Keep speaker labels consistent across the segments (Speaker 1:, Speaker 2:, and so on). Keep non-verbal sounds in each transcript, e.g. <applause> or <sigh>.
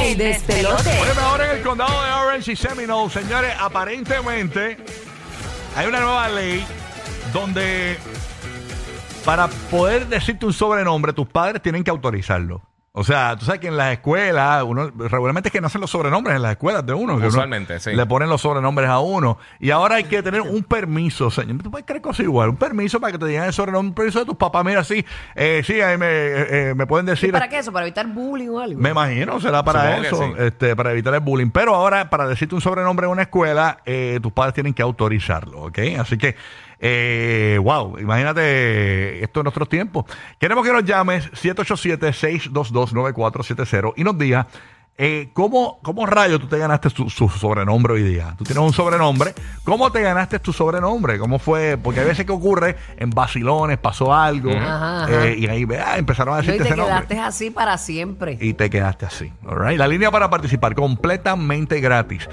Speaker 1: El despelote.
Speaker 2: Óyeme, ahora en el condado de Orange y Seminole, señores, aparentemente hay una nueva ley donde para poder decirte un sobrenombre, tus padres tienen que autorizarlo. O sea, tú sabes que en las escuelas, uno, regularmente es que no hacen los sobrenombres en las escuelas de uno. que uno
Speaker 3: Usualmente, sí.
Speaker 2: Le ponen los sobrenombres a uno. Y ahora hay que tener un permiso, señor. Tú puedes creer cosas igual. Un permiso para que te digan el sobrenombre. Un permiso de tus papás. Mira, sí, eh, sí, ahí me, eh, eh, me pueden decir.
Speaker 1: ¿Y ¿Para qué eso? ¿Para evitar bullying o algo?
Speaker 2: Me imagino, será para
Speaker 3: Supongo
Speaker 2: eso,
Speaker 3: que sí.
Speaker 2: este, para evitar el bullying. Pero ahora, para decirte un sobrenombre en una escuela, eh, tus padres tienen que autorizarlo, ¿ok? Así que, eh, wow, imagínate esto en nuestros tiempos. Queremos que nos llames 787-622-9470 y nos digas, eh, ¿cómo, ¿cómo rayo tú te ganaste su, su sobrenombre hoy día? Tú tienes un sobrenombre, ¿cómo te ganaste tu sobrenombre? ¿Cómo fue? Porque hay veces que ocurre en vacilones, pasó algo,
Speaker 1: Ajá, ajá.
Speaker 2: eh, y ahí ah, empezaron a
Speaker 1: No,
Speaker 2: decirte
Speaker 1: y te
Speaker 2: ese nombre
Speaker 1: quedaste así para siempre.
Speaker 2: y te quedaste así. All right. La línea para participar completamente gratis.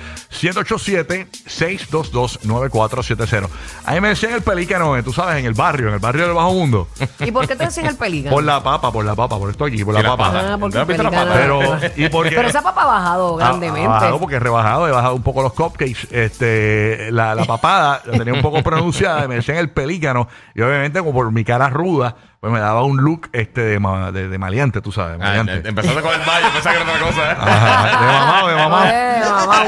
Speaker 2: 787-622-9470. Ahí me decían el pelícano, eh, tú sabes, en el barrio, en el barrio del Bajo Mundo.
Speaker 1: ¿Y por qué te decían el peligro?
Speaker 2: <laughs> Por la papa, por la papa, por esto aquí, por la
Speaker 3: Y la
Speaker 2: papa.
Speaker 3: papa.
Speaker 1: Ah, porque
Speaker 3: ¿No has visto la
Speaker 1: pelicana-
Speaker 3: papa?
Speaker 2: Pero, y porque,
Speaker 1: Pero esa papa ha bajado
Speaker 2: Ah,
Speaker 1: grandemente.
Speaker 2: Ha bajado porque he rebajado, he bajado un poco los cupcakes. Este, la, la papada la tenía un
Speaker 1: <laughs>
Speaker 2: poco pronunciada, me decían el pelícano. Y obviamente, como por mi cara ruda, pues me daba un look este de, ma- de- de maleante, tú sabes,
Speaker 3: Ah,
Speaker 2: maleante.
Speaker 3: em- empezaste con el baño, pensaba que era otra cosa. ¿eh?
Speaker 2: <laughs> Ajá, de mamado, de mamado.
Speaker 1: <laughs> Eh, mamau.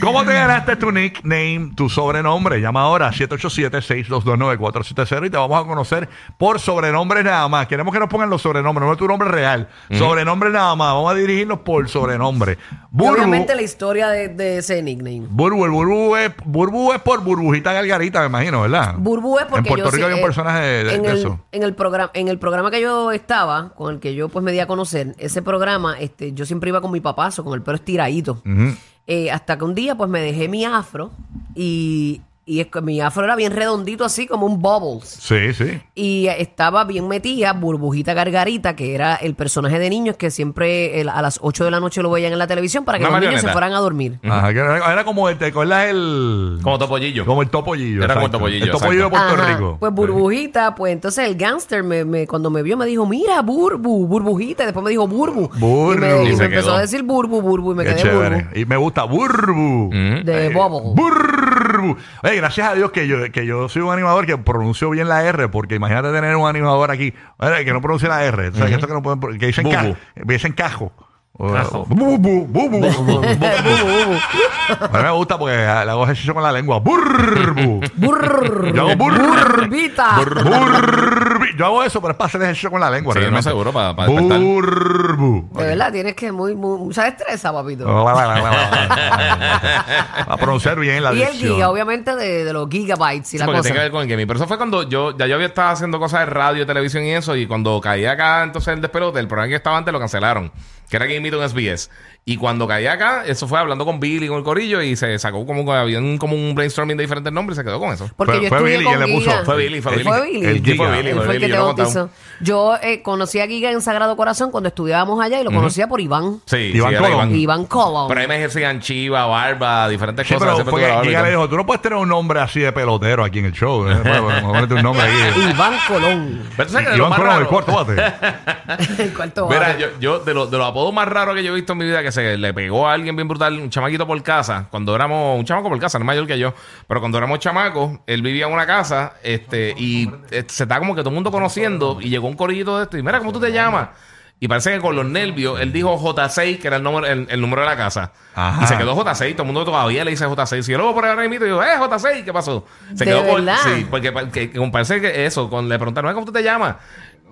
Speaker 2: ¿Cómo te ganaste tu nickname, tu sobrenombre? Llama ahora 787-622-9470 y te vamos a conocer por sobrenombres nada más. Queremos que nos pongan los sobrenombres, no es tu nombre real. Sobrenombre nada más. Vamos a dirigirnos por sobrenombre.
Speaker 1: Y
Speaker 2: Burbu,
Speaker 1: Obviamente la historia de, de ese nickname.
Speaker 2: Burbu, el Burbu es, Burbu es por Burbujita Galgarita, me imagino, ¿verdad?
Speaker 1: Burbu es porque
Speaker 2: En Puerto
Speaker 1: yo
Speaker 2: Rico
Speaker 1: sé-
Speaker 2: hay un
Speaker 1: eh,
Speaker 2: personaje de, de-
Speaker 1: en
Speaker 2: de
Speaker 1: el,
Speaker 2: eso.
Speaker 1: En el, programa, en el programa que yo estaba, con el que yo pues me di a conocer, ese programa, este, yo siempre iba con mi papazo, con el pelo estiradito.
Speaker 2: Ujú.
Speaker 1: Eh, hasta que un día pues me dejé mi afro y, y es que mi afro era bien redondito así como un bubbles.
Speaker 2: Sí, sí.
Speaker 1: Y estaba bien metida Burbujita Gargarita, que era el personaje de niños que siempre el- a las 8 de la noche lo veían en la televisión para que
Speaker 3: Una
Speaker 1: los niños se
Speaker 3: marioneta.
Speaker 1: fueran a dormir.
Speaker 2: Ajá, que era, era como el, ¿te acuerdas el...?
Speaker 3: Como topollillo.
Speaker 2: Como el topollillo.
Speaker 3: Era como
Speaker 2: exacto.
Speaker 3: topollillo,
Speaker 2: El topollillo de Puerto
Speaker 1: Ajá.
Speaker 2: Rico.
Speaker 1: Pues
Speaker 2: Sí.
Speaker 1: burbujita, pues entonces el gángster me, me- cuando me vio me dijo, mira, burbu, burbujita, y después me dijo burbu.
Speaker 2: Burbu.
Speaker 1: Y me, y
Speaker 2: Y
Speaker 1: me
Speaker 3: se
Speaker 1: empezó
Speaker 3: quedó.
Speaker 1: a decir burbu, burbu, y me
Speaker 2: Qué
Speaker 1: quedé
Speaker 2: chévere.
Speaker 1: burbu.
Speaker 2: Y me gusta Burbu.
Speaker 3: Mm.
Speaker 1: De bobo.
Speaker 2: Burbu. Oye, gracias a Dios que yo, que yo soy un animador que pronuncio bien la R, porque imagínate tener un animador aquí eh, que no pronuncia la R. O sea, que esto que no pueden pro- que dicen,
Speaker 3: Bubu.
Speaker 2: cajo, dicen cajo. O-
Speaker 3: Cajo.
Speaker 2: Bubu, bubu, bubu.
Speaker 1: Eh,
Speaker 2: A mí me gusta porque ah, le hago ejercicio con la lengua. Burbu.
Speaker 1: Burr.
Speaker 2: <laughs> Yo hago burr.
Speaker 1: Burbita.
Speaker 2: Burbu. Yo hago eso, pero es para hacer ejercicio con la lengua.
Speaker 3: Sí, no,
Speaker 2: realmente.
Speaker 3: seguro, para- para despertar.
Speaker 2: Burbu.
Speaker 1: De verdad, tienes que muy, muy, mucha destreza, papito.
Speaker 2: a pronunciar bien la
Speaker 1: y el
Speaker 2: dicción.
Speaker 1: giga, obviamente, de, de los gigabytes y
Speaker 3: Sí,
Speaker 1: la
Speaker 3: porque
Speaker 1: cosa.
Speaker 3: tiene que ver con el gaming. Pero eso fue cuando yo, ya yo había estado haciendo cosas de radio, televisión y eso, y cuando caí acá, entonces el despelote, el programa que estaba antes lo cancelaron, que era Gaming en SBS. Y cuando caí acá, eso fue hablando con Billy, con el corillo, y se sacó como, había un, como un brainstorming de diferentes nombres y se quedó con eso.
Speaker 1: Porque
Speaker 2: Fue-
Speaker 1: yo
Speaker 2: fue
Speaker 1: estudié
Speaker 2: Billy
Speaker 1: con
Speaker 2: quien le puso.
Speaker 1: Giga.
Speaker 3: Fue Billy, fue Billy.
Speaker 1: Fue Billy.
Speaker 2: El Giga.
Speaker 3: Fue Billy,
Speaker 1: Él
Speaker 3: fue
Speaker 1: fue el
Speaker 3: Billy,
Speaker 1: que
Speaker 3: yo
Speaker 1: te
Speaker 3: lo he contado.
Speaker 1: bautizó. Yo eh, conocí a Giga en Sagrado Corazón cuando estudiábamos allá y lo conocía por Iván.
Speaker 3: Sí,
Speaker 2: Iván
Speaker 3: sí, era
Speaker 2: Colón.
Speaker 1: Iván Colón.
Speaker 3: Pero ahí me ejercían chiva, barba, diferentes
Speaker 2: Sí,
Speaker 3: cosas.
Speaker 2: pero
Speaker 3: siempre
Speaker 2: fue
Speaker 3: tuve la
Speaker 2: que
Speaker 3: barba y
Speaker 2: Giga le
Speaker 3: todo.
Speaker 2: dijo, tú no puedes tener un nombre así de pelotero aquí en el show. ¿eh? Bueno, bueno, ponete un
Speaker 3: <laughs>
Speaker 2: nombre aquí.
Speaker 1: Iván Colón. <laughs>
Speaker 3: Pero tú sabes que de lo
Speaker 2: Iván
Speaker 3: más
Speaker 2: Colón, el
Speaker 3: raro-
Speaker 2: cuarto bate.
Speaker 1: El cuarto
Speaker 3: Mira,
Speaker 1: bate.
Speaker 3: yo, yo de, lo- de los apodos más raros que yo he visto en mi vida, que se le pegó a alguien bien brutal, un chamaquito por casa, cuando éramos, un chamaco por casa, no es mayor que yo, pero cuando éramos chamacos, él vivía en una casa, este, y eh, se está como que todo el mundo conociendo, y llegó un corillito de esto, y mira, ¿cómo tú te llamas? Y parece que con los nervios, él dijo J6, que era el número, el, el número de la casa.
Speaker 2: Ajá.
Speaker 3: Y se quedó J6, todo el mundo todavía le dice J6. Si yo lo voy a poner ahora mismo, y digo, eh, J6, ¿qué pasó? Se
Speaker 1: ¿De
Speaker 3: quedó por-
Speaker 1: verdad?
Speaker 3: Sí, porque pa- que, que parece que eso, con, le preguntaron, "Ah, ¿cómo tú te llamas?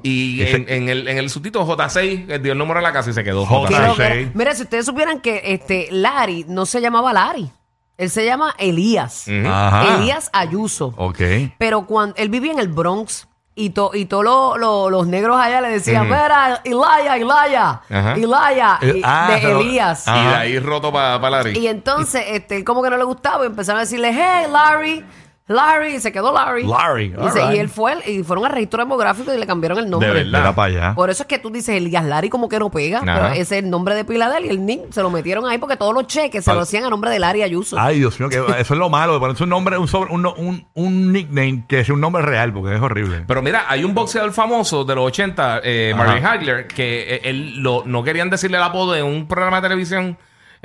Speaker 3: Y
Speaker 2: Ese-
Speaker 3: en, en el, en el subtito J6, él dio el número de la casa y se quedó.
Speaker 2: J6.
Speaker 1: Qué
Speaker 2: Ay,
Speaker 3: J6.
Speaker 1: loquera.
Speaker 2: sí.
Speaker 1: Mira, si ustedes supieran que este Larry no se llamaba Larry. Él se llama Elías.
Speaker 3: <laughs> Ujú.
Speaker 2: Ajá.
Speaker 1: Elías Ayuso.
Speaker 2: Ok.
Speaker 1: Pero cuando él vivía en el Bronx y, to- y todos lo- lo- los negros allá le decían, mira, Elaya, Elaya,
Speaker 3: Ajá.
Speaker 1: Elaya,
Speaker 2: El-
Speaker 1: y-
Speaker 2: ah,
Speaker 1: de
Speaker 2: se lo-
Speaker 1: Elías.
Speaker 3: Y de ahí roto para pa Larry.
Speaker 1: Y entonces, este, él como que no le gustaba y empezaron a decirle, hey, Larry, Larry, se quedó Larry.
Speaker 2: Larry,
Speaker 1: Y,
Speaker 2: all
Speaker 1: se- y
Speaker 2: right.
Speaker 1: él fue, el- y fueron al registro demográfico y le cambiaron el nombre.
Speaker 3: De verdad.
Speaker 2: Mira para allá.
Speaker 1: Por eso es que tú dices Elías Larry como que no pega,
Speaker 3: Ajá.
Speaker 1: pero ese es el nombre de pila de él y el nick se lo metieron ahí porque todos los cheques se
Speaker 2: Al-
Speaker 1: lo hacían a nombre de Larry Ayuso.
Speaker 2: Ay, Dios mío, que eso es lo malo, de ponerse un nombre, un, sobre- un, no- un, un nickname que sea un nombre real, porque es horrible.
Speaker 3: Pero mira, hay un boxeador famoso de los 80, eh,
Speaker 2: Ajá.
Speaker 3: Marvin Hagler, que eh, él lo, no querían decirle el apodo en un programa de televisión.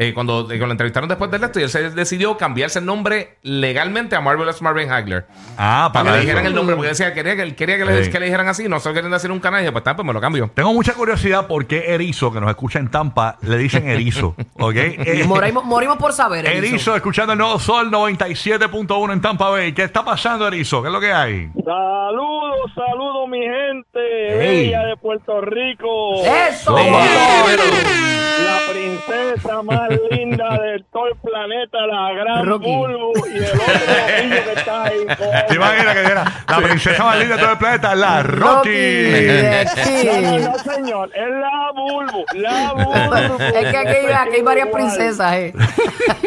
Speaker 3: eh, cuando, eh, cuando lo entrevistaron después del esto, y él se decidió cambiarse el nombre legalmente a Marvelous Marvin Hagler.
Speaker 2: Ah,
Speaker 3: Para que le
Speaker 2: eso.
Speaker 3: dijeran el nombre, porque decía, quería que, quería que, le,
Speaker 2: Sí.
Speaker 3: que le dijeran así, no se lo querían decir un canal, y dije, pues está, pues me lo cambio.
Speaker 2: Tengo mucha curiosidad por qué Erizo, que nos escucha en Tampa, le dicen Erizo.
Speaker 1: <laughs>
Speaker 2: ¿Ok? Eh,
Speaker 1: morimos, morimos por saber. Erizo.
Speaker 2: Erizo, escuchando el nuevo Sol 97.1 en Tampa Bay. ¿Qué está pasando, Erizo? ¿Qué es lo que hay?
Speaker 4: Saludos, saludos mi gente
Speaker 2: Ey.
Speaker 4: bella de Puerto Rico.
Speaker 1: ¡Eso!
Speaker 2: Toma.
Speaker 4: La princesa más linda de todo el planeta, la gran
Speaker 1: Rocky.
Speaker 4: Bulu y el otro niño que está ahí.
Speaker 2: <laughs> ¿Te imaginas que era la princesa más linda de todo el planeta?
Speaker 1: <laughs>
Speaker 2: La
Speaker 1: Rocky.
Speaker 2: Rocky.
Speaker 1: de
Speaker 4: No, no, no,
Speaker 1: aquí.
Speaker 4: señor, es la Bulbu,
Speaker 2: <laughs>
Speaker 4: la Bulbu.
Speaker 1: Es que aquí, hay- aquí hay varias princesas, eh.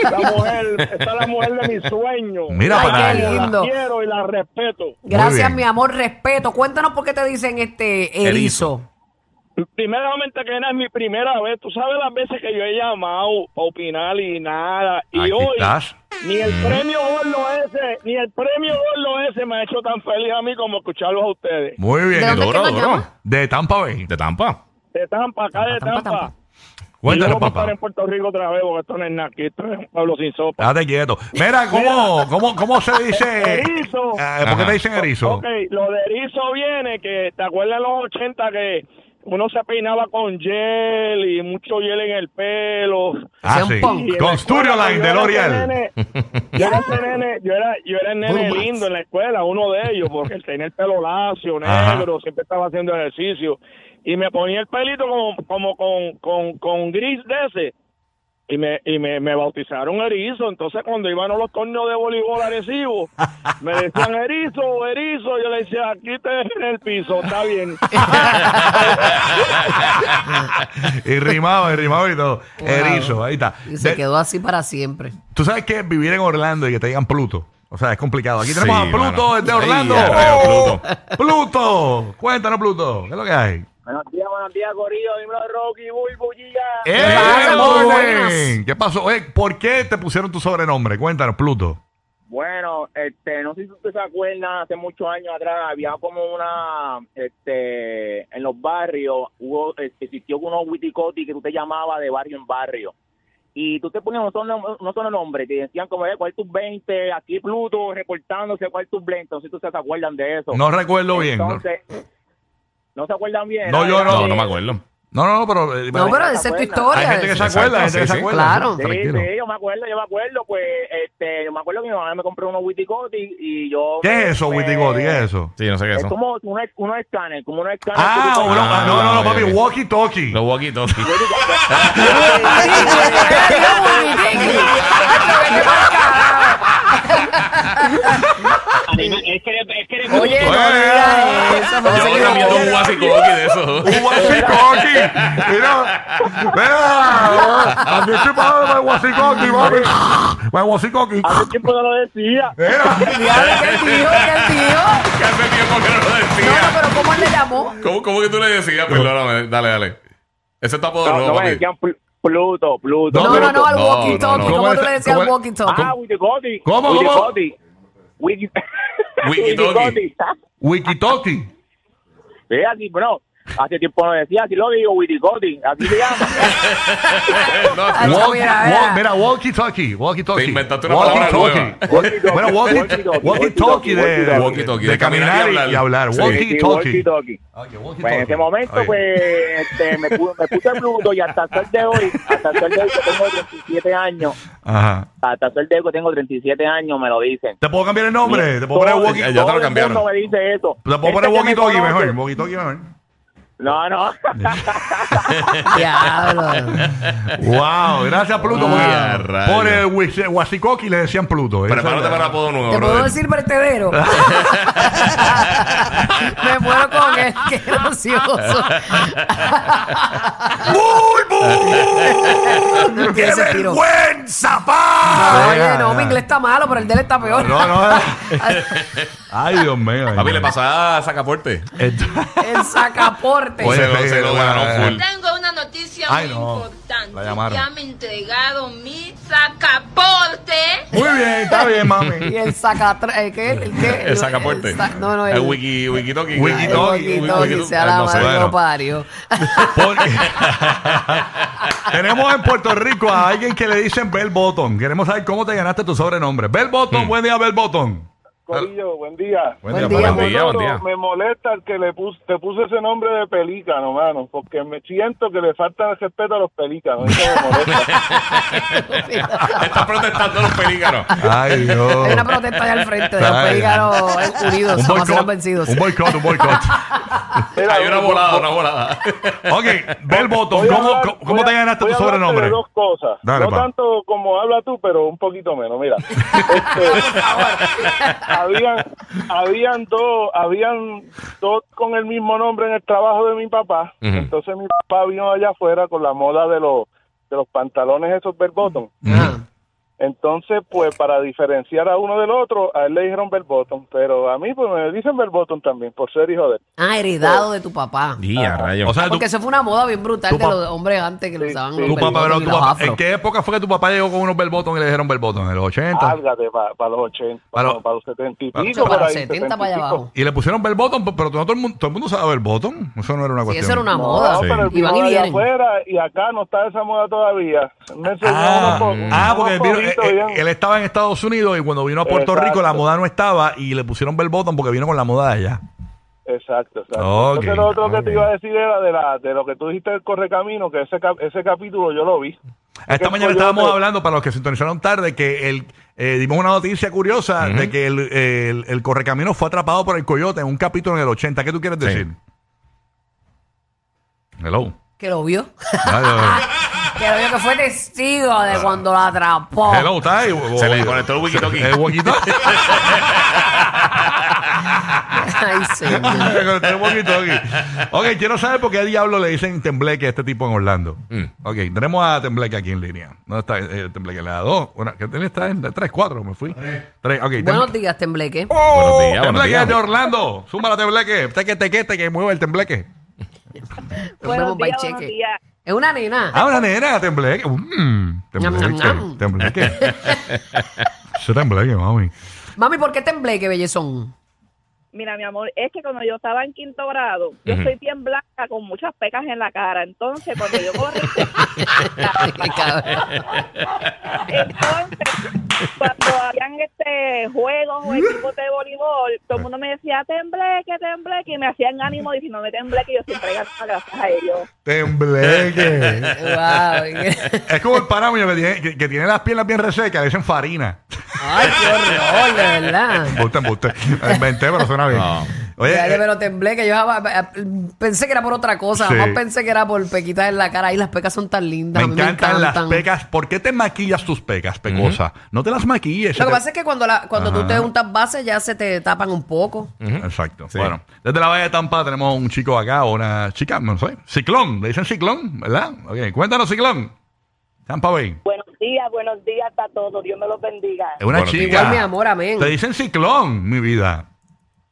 Speaker 4: La mujer, está la mujer de mis sueños.
Speaker 2: Mira
Speaker 1: Ay,
Speaker 2: para
Speaker 1: qué
Speaker 2: allá.
Speaker 1: lindo.
Speaker 4: La quiero y la respeto.
Speaker 1: Gracias,
Speaker 2: bien.
Speaker 1: mi amor, respeto. Cuéntanos por qué te dicen este
Speaker 3: Erizo.
Speaker 1: erizo.
Speaker 4: Primeramente que nada, es mi primera vez. Tú sabes las veces que yo he llamado a opinar y nada. Y
Speaker 2: Aquí
Speaker 4: hoy
Speaker 2: estás.
Speaker 4: ni el premio Gordo ese, ni el premio Gordo ese me ha hecho tan feliz a mí como escucharlos a ustedes.
Speaker 2: Muy bien.
Speaker 1: ¿De dónde es que
Speaker 3: Duro,
Speaker 1: nos
Speaker 3: duro.
Speaker 1: llama?
Speaker 2: De Tampa Bay.
Speaker 3: De Tampa.
Speaker 4: De Tampa, acá de
Speaker 1: Tampa,
Speaker 4: Tampa.
Speaker 1: Tampa.
Speaker 2: Cuéntanos,
Speaker 4: y luego estar
Speaker 2: papá.
Speaker 4: en Puerto Rico otra vez porque esto no es nada aquí, esto es un pueblo sin sopa.
Speaker 2: Date quieto. Mira, ¿cómo, cómo, cómo se dice?
Speaker 4: Erizo.
Speaker 2: Ah, ¿Por qué
Speaker 3: Ajá.
Speaker 2: te dicen erizo?
Speaker 4: Ok, lo de erizo viene que, ¿te acuerdas en los 80 que uno se peinaba con gel y mucho gel en el pelo?
Speaker 2: Ah,
Speaker 1: Sea un
Speaker 2: sí.
Speaker 1: punk.
Speaker 4: Y en la
Speaker 2: Con Studio
Speaker 4: escuela,
Speaker 2: Line
Speaker 4: yo
Speaker 2: de
Speaker 4: era
Speaker 2: L'Oreal.
Speaker 4: ese nene- Yo era ese nene, yo era, yo era el nene
Speaker 1: Bullmats.
Speaker 4: lindo en la escuela, uno de ellos, porque él tenía el pelo lacio,
Speaker 2: Ajá.
Speaker 4: negro, siempre estaba haciendo ejercicio. Y me ponía el pelito como, como con, con, con gris de ese. Y me, y me, me bautizaron erizo. Entonces, cuando iban a los torneos de voleibol agresivo, me decían erizo, erizo. Yo le decía, aquí te dejo en el piso, está bien.
Speaker 2: Y rimado, y rimado y todo.
Speaker 1: Wow.
Speaker 2: Erizo, ahí está.
Speaker 1: Y se
Speaker 2: De-
Speaker 1: quedó así para siempre.
Speaker 2: Tú sabes que vivir en Orlando y que te digan Pluto. O sea, es complicado. Aquí tenemos
Speaker 3: Sí,
Speaker 2: a Pluto
Speaker 3: mano.
Speaker 2: desde
Speaker 3: Ay,
Speaker 2: Orlando.
Speaker 3: arreo,
Speaker 2: ¡Oh! Pluto. Cuéntanos, Pluto. ¿Qué es lo que hay?
Speaker 4: <laughs> buenos días, buenos días, Corillo. Dímelo, Rocky, Bulbullilla.
Speaker 2: ¡Eh,
Speaker 1: pasa,
Speaker 2: morning!
Speaker 1: buenas?
Speaker 2: ¿Qué pasó? Oye, ¿por qué te pusieron tu sobrenombre? Cuéntanos, Pluto.
Speaker 5: Bueno, este, no sé si usted se acuerda, hace muchos años atrás había como una, este, en los barrios, hubo, eh, existió unos witicoti que tú te llamabas de barrio en barrio. Y tú te ponías unos sononom- unos sononombres, te decían como, eh, ¿cuál tus 20? Aquí Pluto reportándose, ¿cuál tus 20? No sé si ustedes se acuerdan de eso.
Speaker 2: No recuerdo bien. No,
Speaker 5: Entonces, ¿no se acuerdan bien?
Speaker 2: No, yo
Speaker 3: No, no me acuerdo.
Speaker 2: no, no, pero. eh,
Speaker 1: No, pero
Speaker 5: ¿te
Speaker 1: esa es tu
Speaker 5: acuerdas?
Speaker 2: Hay
Speaker 1: historia.
Speaker 2: gente que se
Speaker 3: Exacto,
Speaker 2: acuerda, hay gente que
Speaker 3: sí,
Speaker 2: se
Speaker 3: sí.
Speaker 2: acuerda.
Speaker 1: Claro.
Speaker 5: Sí,
Speaker 2: Tranquilo.
Speaker 5: sí, yo me acuerdo, yo me acuerdo, pues, este, yo me acuerdo que mi mamá me compró unos witicoti y yo...
Speaker 2: ¿Qué es eso,
Speaker 5: me-
Speaker 2: Witigoti? ¿Qué es eso?
Speaker 3: Sí, yo no sé qué es
Speaker 5: Es
Speaker 3: eso.
Speaker 5: como unos uno escáner, como unos escáner.
Speaker 2: Ah,
Speaker 5: que tú-
Speaker 2: uno- ah, no, no, no,
Speaker 3: ok,
Speaker 2: papi,
Speaker 3: ok.
Speaker 2: walkie talkie. <laughs>
Speaker 3: Los guaquitos.
Speaker 5: Ah,
Speaker 4: Es que, es que
Speaker 1: Oye, no
Speaker 2: "Ah,
Speaker 1: digas eso. no
Speaker 3: Yo
Speaker 1: se
Speaker 3: voy
Speaker 1: quedó-
Speaker 3: cambiando un guasicoqui
Speaker 2: <laughs>
Speaker 3: de eso. <laughs>
Speaker 2: Un guasicoqui. Mira, mira, también estoy pagando el guasicoqui, papi. El guasicoqui.
Speaker 4: hace tiempo no lo decía.
Speaker 2: Mira.
Speaker 1: Diablo, ¿Qué tío? ¿Qué tío?
Speaker 3: Que hace tiempo que no lo
Speaker 1: No, no,
Speaker 3: decía.
Speaker 1: pero ¿cómo él le llamó?
Speaker 3: ¿Cómo, cómo que tú le decías? Perdóname, dale, dale. Ese está apodo
Speaker 5: No,
Speaker 3: nuevo,
Speaker 5: no, me
Speaker 2: eh,
Speaker 3: papi.
Speaker 5: decían Pl- Pluto, Pluto.
Speaker 2: No,
Speaker 1: No,
Speaker 2: pero-
Speaker 1: no, no, al
Speaker 3: no,
Speaker 1: walkie
Speaker 3: no,
Speaker 1: talkie. ¿Cómo
Speaker 3: no.
Speaker 2: ¿Cómo
Speaker 1: tú
Speaker 2: es-
Speaker 1: le decías
Speaker 2: cómo
Speaker 1: al
Speaker 2: es-
Speaker 1: walkie
Speaker 5: Ah,
Speaker 1: talkie?
Speaker 5: Witicoti.
Speaker 2: ¿Cómo, cómo?
Speaker 5: Witicoti.
Speaker 2: <laughs>
Speaker 5: Wiki-
Speaker 3: Wikitoki.
Speaker 5: Wikicotti.
Speaker 2: Wikitoki.
Speaker 5: Sí, así, bueno, hace tiempo no decía, así lo digo, Witicoti. Así se
Speaker 2: <laughs>
Speaker 5: llama.
Speaker 1: Ah,
Speaker 3: Eh,
Speaker 1: no,
Speaker 3: No,
Speaker 2: Walk-
Speaker 1: mira, mira.
Speaker 2: walk- Mira, walkie talkie. Walkie talkie.
Speaker 3: Te inventaste una
Speaker 2: Walkie
Speaker 3: palabra
Speaker 2: talkie.
Speaker 5: nueva.
Speaker 2: Bueno, walkie
Speaker 5: Walkie-talkie,
Speaker 2: walkie talkie de- de-
Speaker 3: walkie-talkie,
Speaker 2: de caminar y hablar. Ah,
Speaker 3: Sí.
Speaker 2: Walkie
Speaker 5: Sí,
Speaker 2: talkie.
Speaker 5: walkie-talkie. Pues en ese momento,
Speaker 2: Oye.
Speaker 5: pues, este, me, pu- me puse Pluto y hasta el sol de hoy, hasta el sol de hoy que tengo 37 años,
Speaker 2: Ajá.
Speaker 5: hasta el sol de hoy que tengo 37 años me lo dicen.
Speaker 2: ¿Te puedo cambiar el nombre? ¿Te puedo poner
Speaker 5: Todo-
Speaker 2: walkie
Speaker 3: Ya te lo
Speaker 5: todo el
Speaker 3: cambiaron.
Speaker 5: mundo este me dice eso.
Speaker 2: ¿Te puedo
Speaker 5: Gente
Speaker 2: poner
Speaker 5: que me
Speaker 2: walkie talkie
Speaker 5: conoce,
Speaker 2: mejor? Walkie talkie mejor.
Speaker 5: No, no.
Speaker 2: <laughs>
Speaker 1: Diablo.
Speaker 2: Wow, gracias Pluto
Speaker 3: Wow.
Speaker 2: porque
Speaker 3: Ya, rayos.
Speaker 2: por el Wis- Wasikoki le decían Pluto. Eso
Speaker 3: Prepárate
Speaker 2: era-
Speaker 3: para apodo nuevo,
Speaker 1: ¿Te puedo
Speaker 3: brother.
Speaker 1: decir
Speaker 2: <laughs>
Speaker 1: vertedero? Me muero con él, <laughs> qué gracioso.
Speaker 3: <laughs>
Speaker 2: ¡Bulbu!
Speaker 1: Tiene
Speaker 2: ¡Qué
Speaker 1: ese tiro.
Speaker 2: vergüenza, pa!
Speaker 1: Oye, no,
Speaker 2: Deja,
Speaker 1: mi inglés está malo, pero el de él está peor.
Speaker 2: No, no. <laughs> Ay, Dios mío. ay,
Speaker 3: Papi,
Speaker 2: Dios
Speaker 3: le
Speaker 2: mío.
Speaker 3: pasaba a Sacaporte.
Speaker 4: <laughs>
Speaker 2: Esto-
Speaker 1: El sacaporte.
Speaker 2: Oye,
Speaker 3: Se lo- se lo ganó full.
Speaker 6: Tengo una noticia
Speaker 2: Ay,
Speaker 6: muy
Speaker 2: no. La llamaron.
Speaker 6: importante. Ya me he entregado mi sacaporte.
Speaker 2: Muy bien, está bien, mami.
Speaker 1: Y el sacatra... ¿El qué? ¿El qué?
Speaker 3: El Sacaporte.
Speaker 1: sa- No, no,
Speaker 3: el
Speaker 1: el...
Speaker 3: wiki, Wikitoki.
Speaker 1: el
Speaker 2: Wikitoki,
Speaker 1: wiki-
Speaker 2: wiki-
Speaker 1: wiki- sea la
Speaker 3: Ah, No sé,
Speaker 1: madre que lo
Speaker 3: bueno.
Speaker 1: parió.
Speaker 2: <laughs> Porque- Tenemos en Puerto Rico a alguien que le dicen Bell Bottom. Queremos saber cómo te ganaste tu sobrenombre. Bell Bottom, buen día, Bell Bottom.
Speaker 3: <laughs>
Speaker 4: Corillo, buen día.
Speaker 1: Buen día,
Speaker 3: Buen
Speaker 1: amor.
Speaker 3: día, buen día.
Speaker 4: Me molesta el que le puse, te puse ese nombre de pelícano, mano, porque me siento que le falta el respeto a los pelícanos. Eso me
Speaker 2: <laughs>
Speaker 4: molesta.
Speaker 3: Están protestando los pelícanos.
Speaker 2: <laughs> Ay, Dios.
Speaker 1: pues, Hay una protesta allá al frente de los
Speaker 2: Ay.
Speaker 1: pelícanos unidos. Jamás
Speaker 2: Un
Speaker 1: serán
Speaker 2: boicot,
Speaker 1: vencidos.
Speaker 2: un boicot, un boicot.
Speaker 4: Mira,
Speaker 3: Hay una
Speaker 4: voy-
Speaker 3: volada, una volada.
Speaker 2: Ok, Bell Bottom,
Speaker 4: voy a
Speaker 2: ¿cómo,
Speaker 4: hablar-
Speaker 2: cómo-
Speaker 4: voy
Speaker 2: cómo
Speaker 4: a-
Speaker 2: te ganaste tu
Speaker 4: voy a hablarte
Speaker 2: sobrenombre?
Speaker 4: de dos cosas.
Speaker 2: Dale,
Speaker 4: no
Speaker 2: pa.
Speaker 4: tanto como habla tú, pero un poquito menos.
Speaker 2: <laughs>
Speaker 4: Mira, Este, habían, habían dos, habían dos con el mismo nombre en el trabajo de mi papá.
Speaker 3: Ujú.
Speaker 4: Entonces mi papá vino allá afuera con la moda de los de los pantalones esos verbotom.
Speaker 1: Ah.
Speaker 2: Mm.
Speaker 4: Entonces, pues para diferenciar a uno del otro, a él le dijeron verbotom, pero a mí pues me dicen verbotom también por ser hijo de él.
Speaker 1: Ah, heredado de tu papá.
Speaker 3: Día, rayo.
Speaker 2: O sea, tú-
Speaker 1: Porque eso fue una moda bien brutal
Speaker 2: tu
Speaker 1: de
Speaker 2: pap-
Speaker 1: los hombres antes que lo
Speaker 4: Sí,
Speaker 1: usaban
Speaker 4: sí.
Speaker 1: los
Speaker 2: Tu papá,
Speaker 1: bigotes
Speaker 2: pero
Speaker 1: y
Speaker 2: tu
Speaker 1: los
Speaker 2: papá-
Speaker 1: afro.
Speaker 2: ¿En qué época fue que tu papá llegó con unos belbotón y le dijeron belbotón? ¿En los 80?
Speaker 4: Álgate, para los 80,
Speaker 2: Pa'
Speaker 4: para
Speaker 2: lo-
Speaker 4: los 70 y
Speaker 2: pa'
Speaker 4: pico,
Speaker 1: Ocho,
Speaker 4: por
Speaker 1: para los
Speaker 4: ahí,
Speaker 1: 70 para
Speaker 4: 70 y
Speaker 1: allá
Speaker 4: pico.
Speaker 1: abajo.
Speaker 2: Y le pusieron belbotón, pero no todo el mundo, todo el mundo sabe belbotón. Eso no era una
Speaker 1: Sí,
Speaker 2: cuestión.
Speaker 1: eso era una
Speaker 4: No,
Speaker 1: moda.
Speaker 4: pero el
Speaker 1: Y van y
Speaker 4: vino de
Speaker 1: vienen.
Speaker 4: afuera y acá no está esa moda todavía. Me enseñó
Speaker 2: Ah,
Speaker 4: unos po- unos
Speaker 2: ah, porque él, vino-
Speaker 4: poquitos
Speaker 2: eh,
Speaker 4: bien.
Speaker 2: eh, él estaba en Estados Unidos y cuando vino a Puerto
Speaker 4: Exacto.
Speaker 2: Rico la moda no estaba y le pusieron belbotón porque vino con la moda de allá.
Speaker 4: Exacto, exacto.
Speaker 2: Ok,
Speaker 4: Entonces lo otro
Speaker 2: ok.
Speaker 4: que te iba a decir era de, la, de lo que tú dijiste del Correcamino, que ese, cap- ese capítulo yo lo vi.
Speaker 2: Esta
Speaker 4: que
Speaker 2: mañana
Speaker 4: yo
Speaker 2: estábamos
Speaker 4: te-
Speaker 2: hablando, para los que sintonizaron tarde, que el, eh, dimos una noticia curiosa de que el, el- el correcamino fue atrapado por el coyote en un capítulo en el 80. ¿Qué tú quieres
Speaker 3: Sí.
Speaker 2: decir? Hello.
Speaker 1: Que lo vio. <laughs>
Speaker 2: Ay, ay, ay.
Speaker 1: que lo vio que fue testigo
Speaker 2: Ah.
Speaker 1: de cuando lo atrapó.
Speaker 2: <laughs> Hello, está ahí.
Speaker 3: Se le conectó el walkie-talkie.
Speaker 2: El walkie-talkie.
Speaker 1: <laughs> Ay,
Speaker 2: <laughs>
Speaker 1: señor.
Speaker 2: Se conectó el walkie-talkie. Ok, quiero saber por qué a diablo le dicen tembleque a este tipo en Orlando.
Speaker 3: Mm.
Speaker 2: Ok, tenemos a tembleque aquí en línea. ¿Dónde está eh, tembleque? Le da dos. Una, ¿Qué tiene? Está en tres, cuatro. Me fui. Tres. Ok, tem-
Speaker 1: Buenos días, Tembleque.
Speaker 2: ¡Oh!
Speaker 3: Buenos días, buenos
Speaker 2: tembleque
Speaker 3: días.
Speaker 2: de Orlando. Súmala, tembleque. Teque, teque, teque, mueve el tembleque.
Speaker 1: Nos vemos, bye, cheque. Es una nena.
Speaker 2: Ah, una nena, tembleque. Mm, tembleque,
Speaker 1: Ñam, ñam, ñam. <laughs>
Speaker 2: tembleque. Ese tembleque, mami.
Speaker 1: Mami, ¿por qué Tembleque,
Speaker 2: <laughs>
Speaker 1: bellezón?
Speaker 7: Mira, mi amor, es que cuando yo estaba en quinto grado, yo
Speaker 3: Ujú.
Speaker 7: soy bien blanca con muchas pecas en la cara. Entonces, cuando yo corrí, <laughs>
Speaker 1: Qué cabrón.
Speaker 7: entonces, cuando habían este juegos o equipos de voleibol, todo el mundo me decía, tembleque, tembleque, y me hacían ánimo diciéndome tembleque, y yo siempre ganaba gracias a ellos.
Speaker 2: Tembleque.
Speaker 1: Wow.
Speaker 2: es como el paramio que tiene, que, que tiene las piernas bien resecas, le dicen farina.
Speaker 1: Ay, qué horror, de verdad.
Speaker 2: Embuste,
Speaker 3: <laughs>
Speaker 2: embuste. Inventé, pero suena bien.
Speaker 3: No.
Speaker 2: Oye,
Speaker 1: Ya,
Speaker 2: eh,
Speaker 1: pero tembleque, yo jamás- eh, pensé que era por otra cosa,
Speaker 2: Sí.
Speaker 1: jamás pensé que era por pequitas en la cara. Y las pecas son tan
Speaker 2: me
Speaker 1: lindas, a mí
Speaker 2: encantan
Speaker 1: me
Speaker 2: las
Speaker 1: encantan.
Speaker 2: pecas. ¿Por qué te maquillas tus pecas, pecosa? No te las maquilles.
Speaker 1: Lo
Speaker 2: se
Speaker 1: que
Speaker 2: te-
Speaker 1: pasa es que cuando, la, cuando tú
Speaker 2: Ajá.
Speaker 1: te untas base ya se te tapan un poco.
Speaker 2: Exacto.
Speaker 3: Sí.
Speaker 2: Bueno, desde la Bahía de Tampa tenemos un chico acá, o una chica, no sé. Ciclón, le dicen ciclón, ¿verdad? Ok, cuéntanos, ciclón. Tampa Bay.
Speaker 7: Buenos días, buenos días a todos, Dios me los bendiga.
Speaker 2: Es una
Speaker 3: Bueno,
Speaker 2: chica.
Speaker 1: Igual, mi amor, amén.
Speaker 2: Te dicen ciclón, mi vida.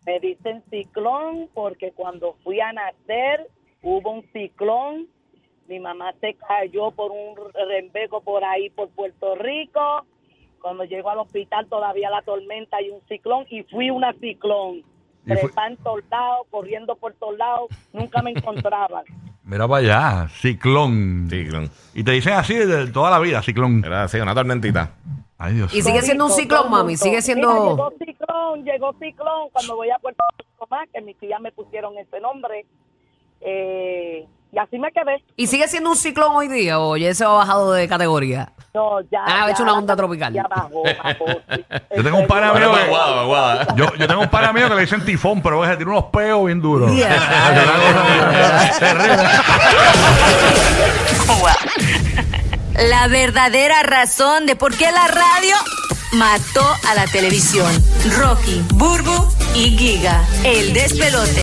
Speaker 7: Me dicen ciclón porque cuando fui a nacer hubo un ciclón. Mi mamá se cayó por un rembeco por ahí, por Puerto Rico. Cuando llegó al hospital todavía la tormenta y un ciclón. Y fui una ciclón.
Speaker 2: Y fue-
Speaker 7: Trepa en todos lados, corriendo por todos lados. Nunca me encontraban.
Speaker 2: Mira para allá, ciclón.
Speaker 3: Sí, clon.
Speaker 2: Y te dicen así de toda la vida, ciclón.
Speaker 3: Era así, una tormentita.
Speaker 2: Ay, Dios.
Speaker 1: Y <laughs> sigue siendo un
Speaker 7: Todito,
Speaker 1: ciclón,
Speaker 7: todo el
Speaker 1: mami,
Speaker 7: mundo.
Speaker 1: sigue
Speaker 7: Mira,
Speaker 1: siendo...
Speaker 7: llegó ciclón, llegó ciclón. Cuando voy a Puerto Rico más, que mis tías me pusieron ese nombre. eh, y así me quedé.
Speaker 1: Y sigue siendo un ciclón hoy día, oye, eso ha bajado de categoría.
Speaker 7: No, ya.
Speaker 1: Ah,
Speaker 7: ya
Speaker 1: hecho una onda
Speaker 7: bajó,
Speaker 1: tropical.
Speaker 7: Ya bajó, bajó, sí.
Speaker 2: Yo tengo un pana
Speaker 3: Ahora
Speaker 2: mío
Speaker 3: para
Speaker 2: que-
Speaker 3: Guada, Guada.
Speaker 2: Yo, yo tengo un pana mío que le dicen tifón, pero es que tiene unos peos bien duros.
Speaker 1: Yeah.
Speaker 2: Terrible.
Speaker 8: La <laughs> verdadera razón de por qué la radio mató a la televisión. Rocky, Burbu y Giga. El despelote.